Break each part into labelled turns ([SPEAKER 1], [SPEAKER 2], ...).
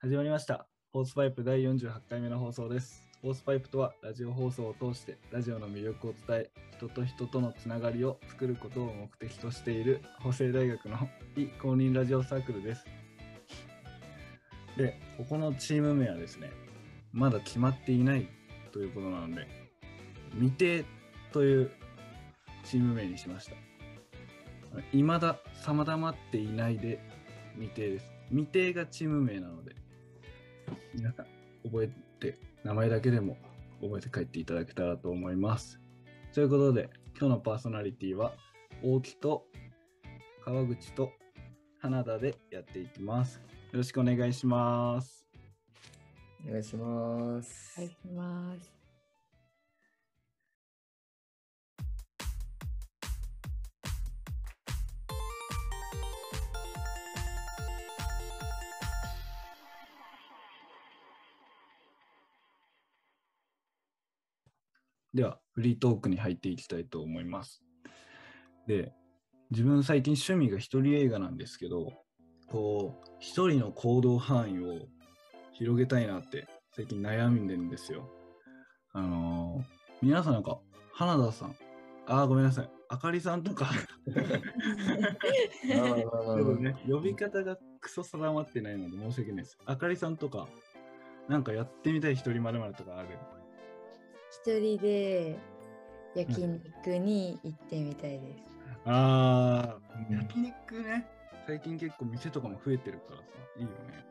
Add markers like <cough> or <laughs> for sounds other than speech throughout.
[SPEAKER 1] 始まりました。ホースパイプ第48回目の放送です。ホースパイプとは、ラジオ放送を通して、ラジオの魅力を伝え、人と人とのつながりを作ることを目的としている、法政大学の非公認ラジオサークルです。で、ここのチーム名はですね、まだ決まっていないということなので、未定というチーム名にしました。未だ様だまっていないで未定です。未定がチーム名なので、皆さん覚えて、名前だけでも覚えて帰っていただけたらと思います。ということで、今日のパーソナリティは、大木と川口と花田でやっていきます。よろしくお願いします。
[SPEAKER 2] お願いします。
[SPEAKER 3] お願いし <laughs> ます。
[SPEAKER 1] では、フリートークに入っていきたいと思います。で、自分最近趣味が一人映画なんですけど、こう、一人の行動範囲を広げたいなって最近悩んでるんですよ。あのー皆さんなんか、花田さん、あーごめんなさい、あかりさんとか、
[SPEAKER 2] なるほどなるほど
[SPEAKER 1] ね、呼び方がクソ定まってないので申し訳ないです。あかりさんとか、なんかやってみたい一人まるとかある。
[SPEAKER 3] 一人で焼肉に行ってみたいです。
[SPEAKER 1] あー、
[SPEAKER 2] うん
[SPEAKER 1] 焼肉ね。最近結構店とかも増えてるからさ、いいよね。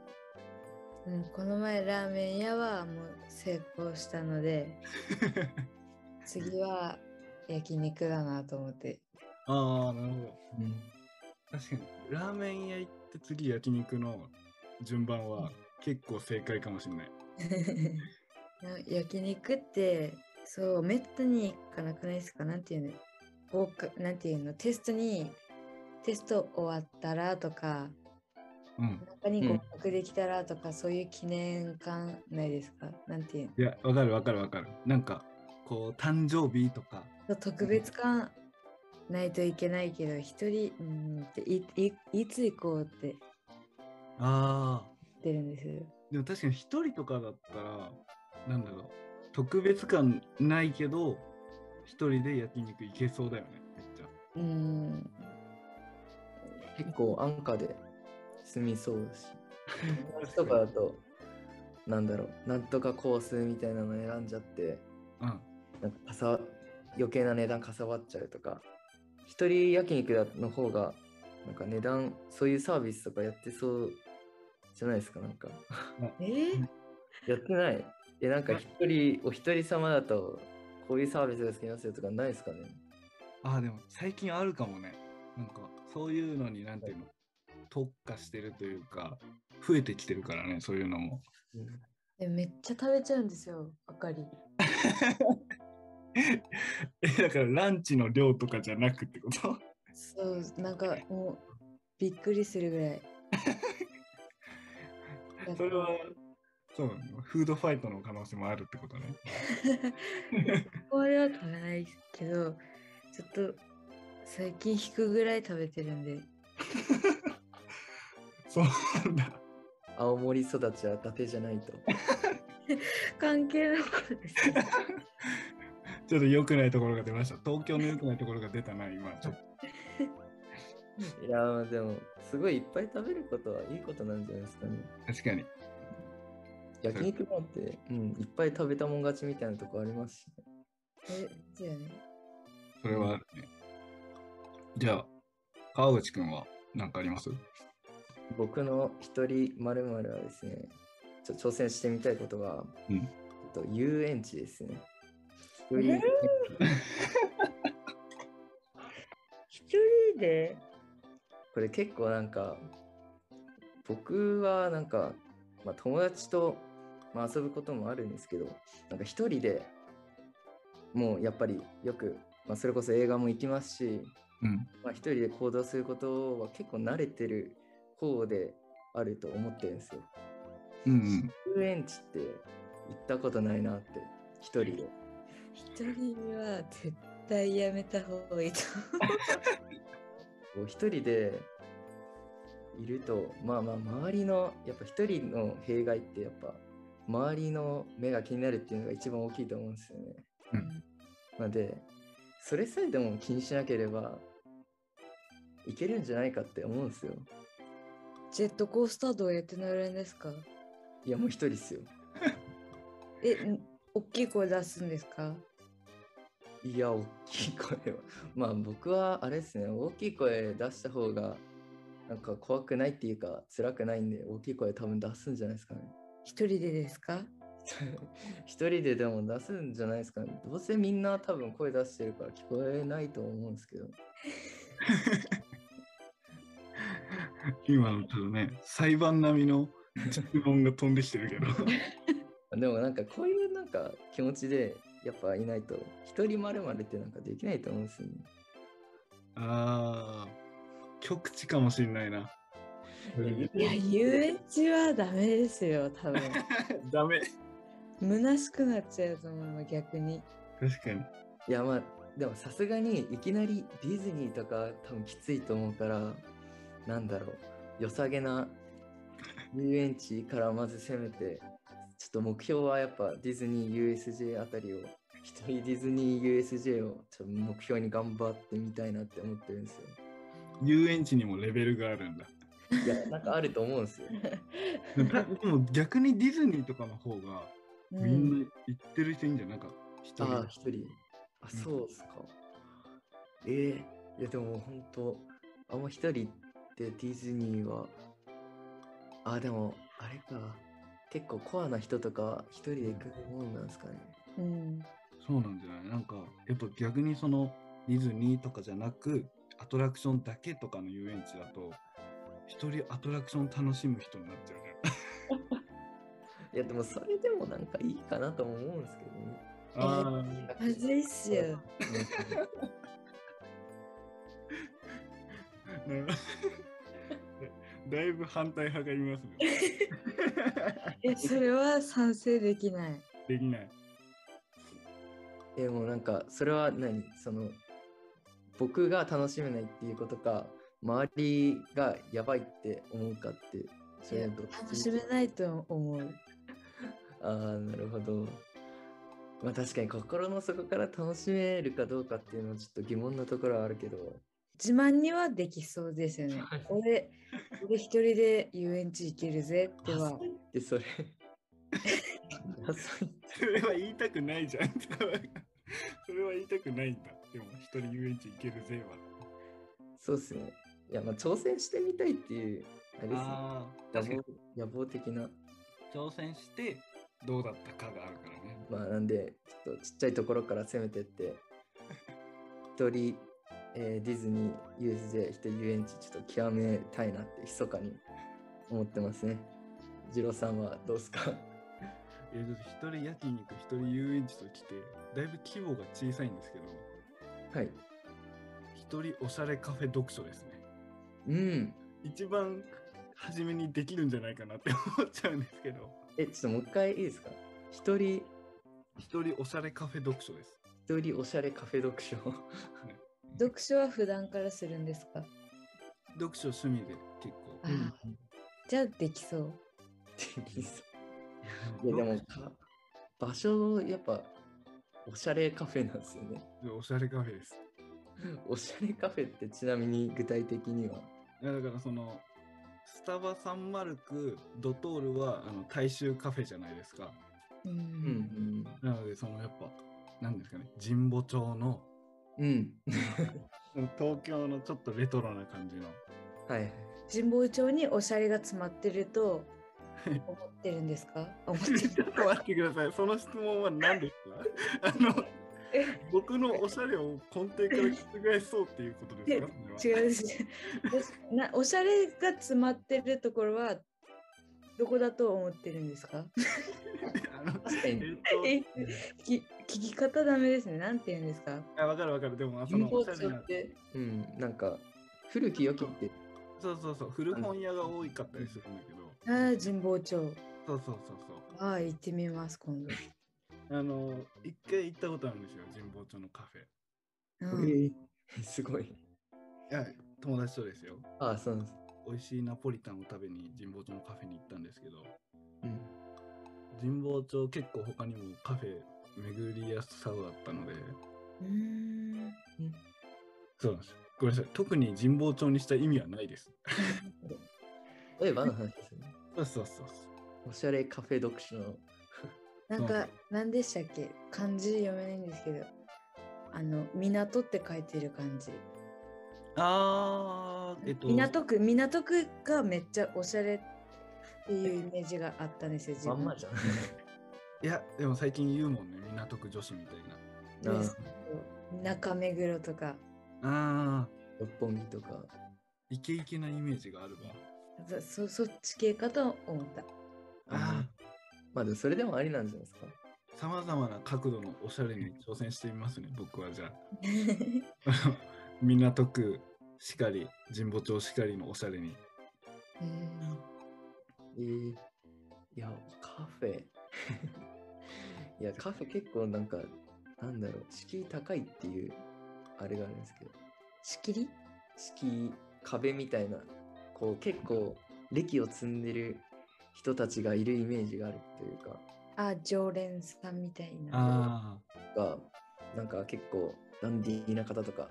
[SPEAKER 3] うん、この前ラーメン屋はもう成功したので次は焼肉だなと思 <laughs> って
[SPEAKER 1] ああ、なるほど。
[SPEAKER 2] うん
[SPEAKER 1] 確かに、ラーメン屋行って次焼肉の順番は結構正解かもしれない。
[SPEAKER 3] な焼肉ってそうめったに行かなくないですかなんていうの合格なんていうのテストにテスト終わったらとか
[SPEAKER 1] うん。
[SPEAKER 3] 他に合格できたらとか、そういう記念感ないですかなんていうの
[SPEAKER 1] いや、わかるわかるわかる。なんか、こう、誕生日とか、
[SPEAKER 3] 特別感ないといけないけど一人うんっていいいつ行こうって
[SPEAKER 1] ああ、
[SPEAKER 3] 言ってるんですよ。
[SPEAKER 1] でも確かに一人とかだったら、なんだろう、特別感ないけど、一人で焼肉行けそうだよね、めっちゃ。
[SPEAKER 3] うん
[SPEAKER 2] 結構安価で済みそうだし、友達とかだと、なんだろう、なんとかコースみたいなの選んじゃって、
[SPEAKER 1] うん。
[SPEAKER 2] なんかかさ余計な値段かさばっちゃうとか、一人焼肉の方が、なんか値段、そういうサービスとかやってそうじゃないですか、なんか。
[SPEAKER 3] えー、
[SPEAKER 2] やってないえ、なんか一人、お一人様だと、こういうサービスが好きなんですよとかないですかね
[SPEAKER 1] ああ、でも最近あるかもね。なんか、そういうのに、なんていうの、特化してるというか、増えてきてるからね、そういうのも。 <laughs>
[SPEAKER 3] えめっちゃ食べちゃうんですよあかり。
[SPEAKER 1] え、だからランチの量とかじゃなくってこと <laughs>
[SPEAKER 3] そうなんかもうびっくりするぐら <laughs> い。
[SPEAKER 1] それは、そうなのフードファイトの可能性もあるってことね。 <laughs>
[SPEAKER 3] これは食べないけどちょっと最近引くぐらい食べてるんで
[SPEAKER 1] そうなんだ。
[SPEAKER 2] 青森育ちは伊達じ
[SPEAKER 1] <laughs>
[SPEAKER 2] ゃないと。
[SPEAKER 3] 関係ないことですね。
[SPEAKER 1] ちょっと良くないところが出ました。東京の良くないところが出たな、今。ちょっと
[SPEAKER 2] いやーでもすごいいっぱい食べることはいいことなんじゃないですかね。
[SPEAKER 1] <laughs> 確かに。
[SPEAKER 2] 焼肉もって、うん、いっぱい食べたもん勝ちみたいなとこありますし、ね。
[SPEAKER 3] えですよね。
[SPEAKER 1] それはあるね。じゃあ、川口くんは何かあります
[SPEAKER 2] 僕の一人まるはですね、ちょ挑戦してみたいことが、
[SPEAKER 1] うん
[SPEAKER 2] ちょっと遊園地ですね。一人、
[SPEAKER 3] 一人で
[SPEAKER 2] これ結構なんか、僕はなんか、まあ、友達と、まあ、遊ぶこともあるんですけど、なんか一人でもうやっぱりよく、まあ、それこそ映画も行きますし、
[SPEAKER 1] うん。
[SPEAKER 2] まあ、一人で行動することは結構慣れてる方であると思ってるんですよ。
[SPEAKER 1] うんうん。
[SPEAKER 2] 遊園地って行ったことないなって、一人で。
[SPEAKER 3] 一人は絶対やめた方がいいと
[SPEAKER 2] こう一人でいるとまあまあ周りのやっぱ一人の弊害ってやっぱ周りの目が気になるっていうのが一番大きいと思うんですよね。
[SPEAKER 1] うん
[SPEAKER 2] まあでそれさえでも気にしなければいけるんじゃないかって思うんですよ。
[SPEAKER 3] ジェットコースターどうやって乗るんですか
[SPEAKER 2] いやもう一人っすよ。
[SPEAKER 3] え、ん大きい声出すんですか
[SPEAKER 2] いや、大きい声は。 <laughs> まあ僕はあれですね、大きい声出した方がなんか怖くないっていうか辛くないんで、大きい声多分出すんじゃないですかね。
[SPEAKER 3] 一人でですか
[SPEAKER 2] <laughs> 一人ででも出すんじゃないですかね。どうせみんな多分声出してるから聞こえないと思うんですけど。
[SPEAKER 1] <laughs> 今のちょっとね、裁判並みの質問が飛んできてるけど。
[SPEAKER 2] でもなんかこういうなんか気持ちでやっぱいないと、一人まるまるってなんかできないと思うんですよね。
[SPEAKER 1] ああ、極地かもしんないな。
[SPEAKER 3] いや、遊園地はダメですよ、多 <laughs> 分。
[SPEAKER 1] ダメ。
[SPEAKER 3] 虚しくなっちゃうと思う、逆に。
[SPEAKER 1] 確かに。
[SPEAKER 2] いやまあでもさすがにいきなりディズニーとか多分きついと思うからなんだろう良さげな遊園地からまず攻めてちょっと目標はやっぱディズニー USJ あたりを一人ディズニー USJ をちょっと目標に頑張ってみたいなって思ってるんです
[SPEAKER 1] 遊園地にもレベルがあるんだ。
[SPEAKER 2] よ。いやなんかあると思うんですよ。
[SPEAKER 1] たでも逆にディズニーとかの方が、
[SPEAKER 3] う
[SPEAKER 1] みんな行ってる人いいんじゃんないか一人
[SPEAKER 2] ああ、一人。あ、
[SPEAKER 1] うん
[SPEAKER 2] そうっすか。ええいやでも本当あんま一人でディズニーは、あ、でも、あれか。結構コアな人とか一人で行くもんなんですかね。
[SPEAKER 3] うん。
[SPEAKER 1] そうなんじゃないなんか、やっぱ逆にそのディズニーとかじゃなく、アトラクションだけとかの遊園地だと、一人アトラクション楽しむ人になっちゃうじゃん。
[SPEAKER 2] いやでもそれでもなんかいいかなとも思うんですけどね。
[SPEAKER 1] あ
[SPEAKER 3] まずいっすよ。
[SPEAKER 1] あ、なるほど <laughs> だいぶ反対派がいますね。
[SPEAKER 3] え、それは賛成できない。
[SPEAKER 1] できない。
[SPEAKER 2] え、もうなんかそれは何その、僕が楽しめないっていうことか、周りがやばいって思うかって、そ
[SPEAKER 3] い
[SPEAKER 2] れ
[SPEAKER 3] や
[SPEAKER 2] はどっち
[SPEAKER 3] 楽しめないと思う。
[SPEAKER 2] ああなるほど。まあ確かに心の底から楽しめるかどうかっていうのはちょっと疑問なところはあるけど。
[SPEAKER 3] 自慢にはできそうですよね。俺、俺一人で遊園地行けるぜって
[SPEAKER 2] ダ
[SPEAKER 3] は
[SPEAKER 2] サい。ってそれ。 <laughs> ダサい
[SPEAKER 1] それは言いたくないじゃん。それは言いたくないんだ。でも、一人遊園地行けるぜは。
[SPEAKER 2] そうですね。いやまあ挑戦してみたいっていう、あれ
[SPEAKER 1] ああ、
[SPEAKER 2] です
[SPEAKER 1] 確か
[SPEAKER 2] ね
[SPEAKER 1] に。
[SPEAKER 2] 野望。野望的な。
[SPEAKER 1] 挑戦して、どうだったかがあるからね。
[SPEAKER 2] まあなんで、ちょっとちっちゃいところから攻めてって、一人、えーディズニー、USJ、一人遊園地、ちょっと極めたいなって、密かに思ってますね。次郎さんはどうですか
[SPEAKER 1] いや、ちょっと一人焼肉、一人遊園地と来て、だいぶ規模が小さいんですけど、
[SPEAKER 2] はい。
[SPEAKER 1] 一人おしゃれカフェ読書ですね。
[SPEAKER 2] うん。
[SPEAKER 1] 一番初めにできるんじゃないかなって思っちゃうんですけど、
[SPEAKER 2] え、ちょっともう一回いいですか一人、
[SPEAKER 1] 一人おしゃれカフェ読書です。
[SPEAKER 2] 一人おしゃれカフェ読書。
[SPEAKER 3] 読書は普段からするんですか
[SPEAKER 1] 読書趣味で結構。
[SPEAKER 3] あーじゃあできそう。
[SPEAKER 2] いや、でもか、場所、やっぱ、おしゃれカフェなんですよね。
[SPEAKER 1] おしゃれカフェです。
[SPEAKER 2] おしゃれカフェってちなみに具体的には。
[SPEAKER 1] いやだからそのスタバサンマルクドトールはあの大衆カフェじゃないですか
[SPEAKER 3] う。
[SPEAKER 2] うんん、
[SPEAKER 1] なのでそのやっぱ何ですかね神保町の
[SPEAKER 2] うん。うん。
[SPEAKER 1] 東京のちょっとレトロな感じの
[SPEAKER 2] はい。
[SPEAKER 3] 神保町におしゃれが詰まってると思ってるんですか思って
[SPEAKER 1] ちょ
[SPEAKER 2] <laughs>
[SPEAKER 3] る
[SPEAKER 1] っと待ってくださいその質問は何ですかあの
[SPEAKER 3] え
[SPEAKER 1] 僕のおしゃれを根底から覆そうっていうことですかそ
[SPEAKER 3] 違
[SPEAKER 1] れ
[SPEAKER 3] うです。おなおしゃれが詰まってるところはどこだと思ってるんですか
[SPEAKER 1] は <laughs> あの
[SPEAKER 2] 確か
[SPEAKER 1] えっ
[SPEAKER 2] に。
[SPEAKER 3] <laughs> えき聞き方ダメですね。なんて言うんですか
[SPEAKER 1] とあ分かる分かるでもそ
[SPEAKER 2] 神
[SPEAKER 1] のお
[SPEAKER 2] 保
[SPEAKER 1] しゃ
[SPEAKER 2] 町
[SPEAKER 1] れな
[SPEAKER 2] って、うん、なんか、古き良きって、
[SPEAKER 1] そうそうそう古本屋が多かったりするんだけど
[SPEAKER 3] あー神保町。
[SPEAKER 1] そうそうそうそう
[SPEAKER 3] ああ、行ってみます、今度。
[SPEAKER 1] あの、一回行ったことあるんですよ、神保町のカフ
[SPEAKER 3] う
[SPEAKER 2] え
[SPEAKER 3] ん、
[SPEAKER 2] ーすごい。
[SPEAKER 1] ェ。はい、友達とですよ。
[SPEAKER 2] ああ、そうなんです。
[SPEAKER 1] 美味しいナポリタンを食べに神保町のカフェに行ったんですけど
[SPEAKER 2] うん。
[SPEAKER 1] 神保町結構他にもカフェ巡りやすさだったので
[SPEAKER 3] うーん。
[SPEAKER 1] そうなんですよごめんなさい特に神保町にした意味はないです
[SPEAKER 2] 例えばの話ですよね。
[SPEAKER 1] そうそうそうそ
[SPEAKER 2] おしゃれカフェ読書の。
[SPEAKER 3] なん
[SPEAKER 1] そう
[SPEAKER 3] か、何でしたっけ漢字読めないんですけど、あの、港って書いてる漢字。
[SPEAKER 1] うあーえっと
[SPEAKER 3] 港区、港区がめっちゃおしゃれっていうイメージがあったんですよ、自
[SPEAKER 2] まん
[SPEAKER 3] 分
[SPEAKER 2] まじゃん。
[SPEAKER 1] いやでも最近言うもんね港区女子みたいな
[SPEAKER 2] ゃん
[SPEAKER 3] でそう中目黒とか、
[SPEAKER 1] あ
[SPEAKER 2] 六本木とか。
[SPEAKER 1] ーイケイケなイメージがあるわ
[SPEAKER 3] そそそっち系かと
[SPEAKER 1] <laughs>
[SPEAKER 3] 思った。
[SPEAKER 1] あ
[SPEAKER 2] まあでもそれでもありなんじゃないですか。
[SPEAKER 1] さまざまな角度のおしゃれに挑戦してみますね僕はじゃあ <laughs> 港区しかり神保町しかりのおしゃれに
[SPEAKER 2] えー、いや、カフェ。いや、カフェ結構なんか、なんだろう、敷居高いっていう、あれがあるんですけど、
[SPEAKER 3] 仕切り
[SPEAKER 2] 敷居、壁みたいな、こう結構、歴を積んでる人たちがいるイメージがあるというか、
[SPEAKER 3] あ、常連さんみたいな。
[SPEAKER 1] あ
[SPEAKER 2] が、なんか結構、ダンディーな方とか、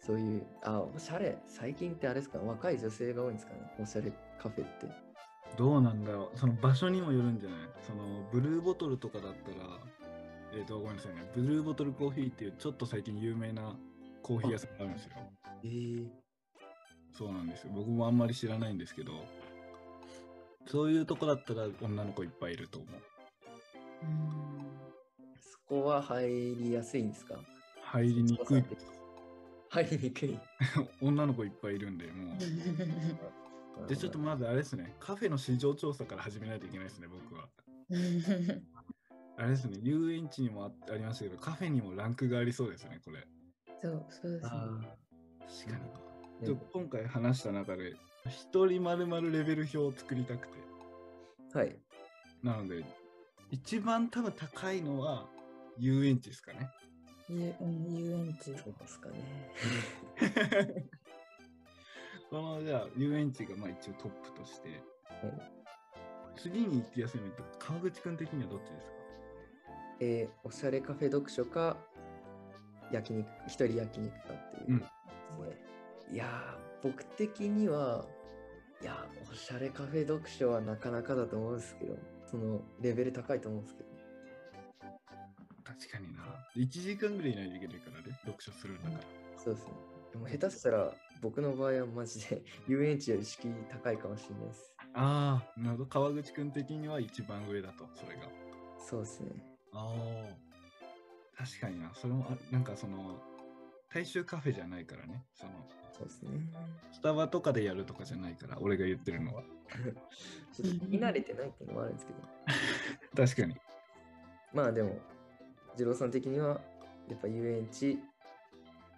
[SPEAKER 2] そういう、あ、おしゃれ、最近ってあれですか、若い女性が多いんですかね、おしゃれカフェって。
[SPEAKER 1] あどうなんだろうその場所にもよるんじゃないそのブルーボトルとかだったらえっ、とごめんなさいねブルーボトルコーヒーっていうちょっと最近有名なコーヒー屋さんがあるんですよ
[SPEAKER 2] えー、
[SPEAKER 1] そうなんですよ僕もあんまり知らないんですけどそういうとこだったら女の子いっぱいいると思う
[SPEAKER 3] うん
[SPEAKER 2] そこは入りやすいんですか
[SPEAKER 1] 入りにくい
[SPEAKER 2] 入りにくい。
[SPEAKER 1] 女の子いっぱいいるんでもうでちょっとまずあれですね、カフェの市場調査から始めないといけないですね、僕は。あれですね、遊園地にもあありましたけど、カフェにもランクがありそうですね、これ。
[SPEAKER 3] <laughs> そう、そうですね。
[SPEAKER 1] 確か
[SPEAKER 2] ね
[SPEAKER 1] に。今回話した中で、一人まるまるレベル表を作りたくて。
[SPEAKER 2] はい。
[SPEAKER 1] なので、一番多分高いのは遊園地ですかね。 <laughs>
[SPEAKER 3] 遊うん遊園地。
[SPEAKER 2] そうですかね。
[SPEAKER 1] このじゃあ遊園地がまあ一応トップとして
[SPEAKER 2] うん。
[SPEAKER 1] 次に行ってやすいのって川口くん的にはどっちですか
[SPEAKER 2] えーおしゃれカフェ読書か、焼肉、一人焼肉かっていううんですね。いやー、僕的には、いやー、おしゃれカフェ読書はなかなかだと思うんですけど、そのレベル高いと思うんですけど。
[SPEAKER 1] 確かにな。1時間ぐらいいないといけないからね、読書するんだから。
[SPEAKER 2] そうですね。でも下手したら僕の場合はマジで遊園地より敷居高いかもしれないです。
[SPEAKER 1] ああ、なるほど。川口くん的には一番上だと、それが。
[SPEAKER 2] そうですね。
[SPEAKER 1] ああ。確かにな。それもあ、なんかその、大衆カフェじゃないからね。その、
[SPEAKER 2] そうですね。
[SPEAKER 1] スタバとかでやるとかじゃないから、俺が言ってるのは。
[SPEAKER 2] ちょっと見慣れてないっていうのもあるんですけど。
[SPEAKER 1] 確かに。
[SPEAKER 2] まあでも、二郎さん的には、やっぱ遊園地、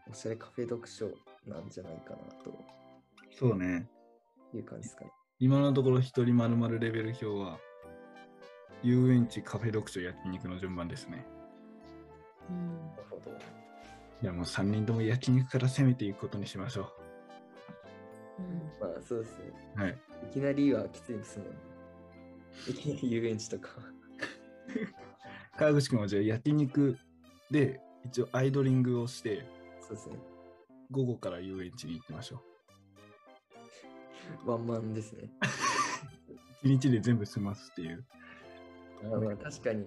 [SPEAKER 2] おしゃれカフェ読書なんじゃないかなと
[SPEAKER 1] そうね。
[SPEAKER 2] いう感じですかね。
[SPEAKER 1] 今のところ、一人まるまるレベル表は、遊園地、カフェ、読書、焼肉の順番ですね。
[SPEAKER 3] うん
[SPEAKER 2] なるほど。
[SPEAKER 1] いや、もう3人とも焼肉から攻めていくことにしましょ
[SPEAKER 3] うん
[SPEAKER 2] まあそうですね。
[SPEAKER 1] う。はい。
[SPEAKER 2] いきなりはきついですもんね。いきなり遊園地とか。
[SPEAKER 1] 川口くんはじゃあ焼肉で、一応アイドリングをして、
[SPEAKER 2] そうですね。
[SPEAKER 1] 午後から遊園地に行きましょう。
[SPEAKER 2] ワンマンですね。
[SPEAKER 1] 一日で全部済ますっていう。
[SPEAKER 2] まあまあ確かに、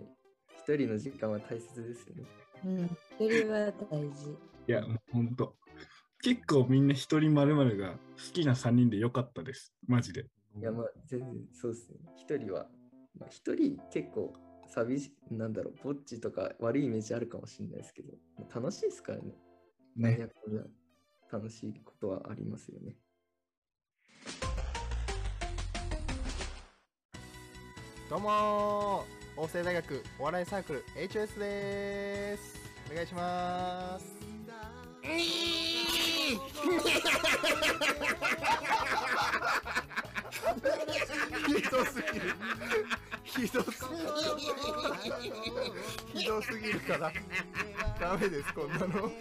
[SPEAKER 2] 一人の時間は大切ですよね。
[SPEAKER 3] うん。それは大事。
[SPEAKER 1] いや、もうほんと。結構みんな一人まるまるが好きな3人でよかったです。マジで。
[SPEAKER 2] いやまあ全然そうですね。一人は、まあ、一人結構寂しい、なんだろう、ぼっちとか悪いイメージあるかもしれないですけど、楽しいですからね。何
[SPEAKER 1] ね。
[SPEAKER 2] やこりゃ楽しいことはありますよね。
[SPEAKER 4] どうもー法政大学お笑いサークル HOS でーすお願いしまーすひどすぎるひどすぎるひどすぎるからダメですこんなの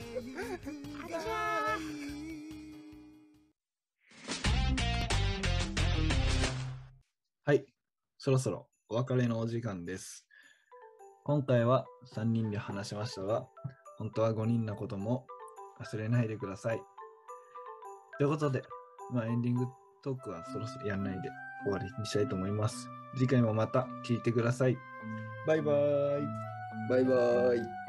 [SPEAKER 1] そろそろお別れのお時間です。今回は3人で話しましたが、本当は5人のことも忘れないでください。ということで、まあ、エンディングトークはそろそろやんないで終わりにしたいと思います。次回もまた聞いてください。バイバーイ。
[SPEAKER 2] バイバーイ。